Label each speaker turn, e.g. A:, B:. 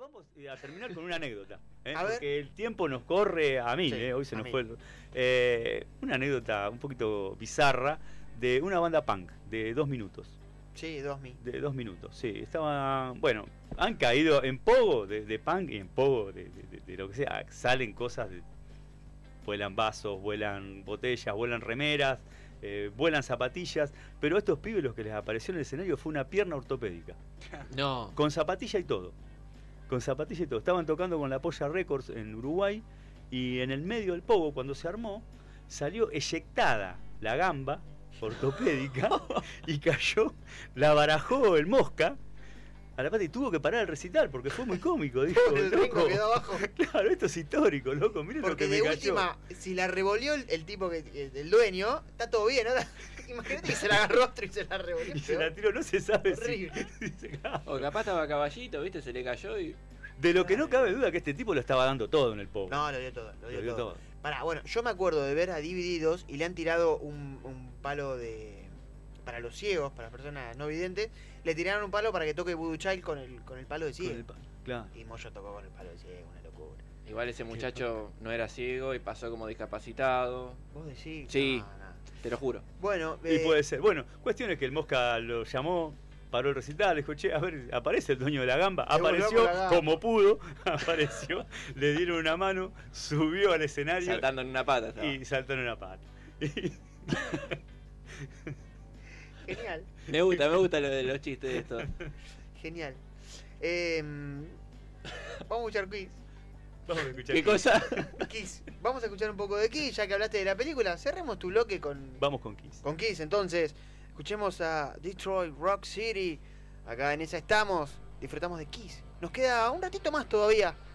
A: vamos eh, a terminar con una anécdota. ¿eh?
B: A ver.
A: Porque el tiempo nos corre a mil,
B: Sí,
A: ¿eh? hoy se
B: a
A: nos
B: mil.
A: fue. el- Eh, una anécdota un poquito bizarra de una banda punk de dos minutos.
B: Sí, dos mil.
A: De dos minutos, sí. Estaban, bueno, han caído en pogo de, de punk y en pogo de, de- de- de lo que sea. Salen cosas, de- vuelan vasos, vuelan botellas, vuelan remeras, eh, vuelan zapatillas. Pero a estos pibes los que les apareció en el escenario fue una pierna ortopédica.
C: No.
A: Con zapatilla y todo. Con zapatilla y todo. Estaban tocando con la Polla Records en Uruguay y en el medio del pogo, cuando se armó, salió eyectada la gamba ortopédica y cayó, la barajó el mosca a la pata y tuvo que parar el recital porque fue muy cómico. Dijo,
B: El
A: loco,
B: ringo quedó abajo.
A: claro, esto es histórico, loco, miren lo
B: Porque
A: que me
B: de
A: cayó.
B: última, si la revolvió el, el tipo que, que- el dueño, está todo bien, ¿no? Imagínate que se la agarró otro y se la revolvió.
A: Y se la tiró, no se sabe si-
B: Horrible.
A: Dice, claro.
C: O capaz estaba caballito, ¿viste? Se le cayó y.
A: De lo que no cabe duda que este tipo lo estaba dando todo en el pogo.
B: No, lo dio todo, lo
A: Lo
B: dio,
A: dio
B: todo.
A: todo.
B: Pará, bueno, yo me acuerdo de ver a Divididos y le han tirado un, un palo de. para los ciegos, para las personas no videntes, le tiraron un palo para que toque Voodoo Child con el, con el palo de
A: Con el
B: ciego.
A: pa- Claro.
B: Y Moyo tocó con el palo de ciego, una locura.
C: Igual ese muchacho no era ciego y pasó como discapacitado.
B: ¿Vos decís?
C: Sí.
B: No, no.
C: Te lo juro.
B: Bueno,
A: Y pues-
B: eh,
A: puede ser. Bueno, cuestión es que el Mosca lo llamó, paró el recital, le dijo, che, a ver, aparece el dueño de la gamba.
B: Devolvió
A: Apareció
B: con la gamba.
A: como pudo, apareció, le dieron una mano, subió al escenario
C: Saltando en una pata. estaba.
A: y saltó en una pata. Y-
B: genial.
C: Me gusta, me gusta lo de los chistes de esto.
B: Genial. Eh, vamos a escuchar Kiss.
A: Vamos a escuchar.
C: ¿Qué cosa?
B: Kiss. Vamos a escuchar un poco de Kiss, ya que hablaste de la película. Cerremos tu bloque con,
A: Vamos con Kiss.
B: con Kiss, entonces. Escuchemos a Detroit Rock City. Acá en esa estamos. Disfrutamos de Kiss. Nos queda un ratito más todavía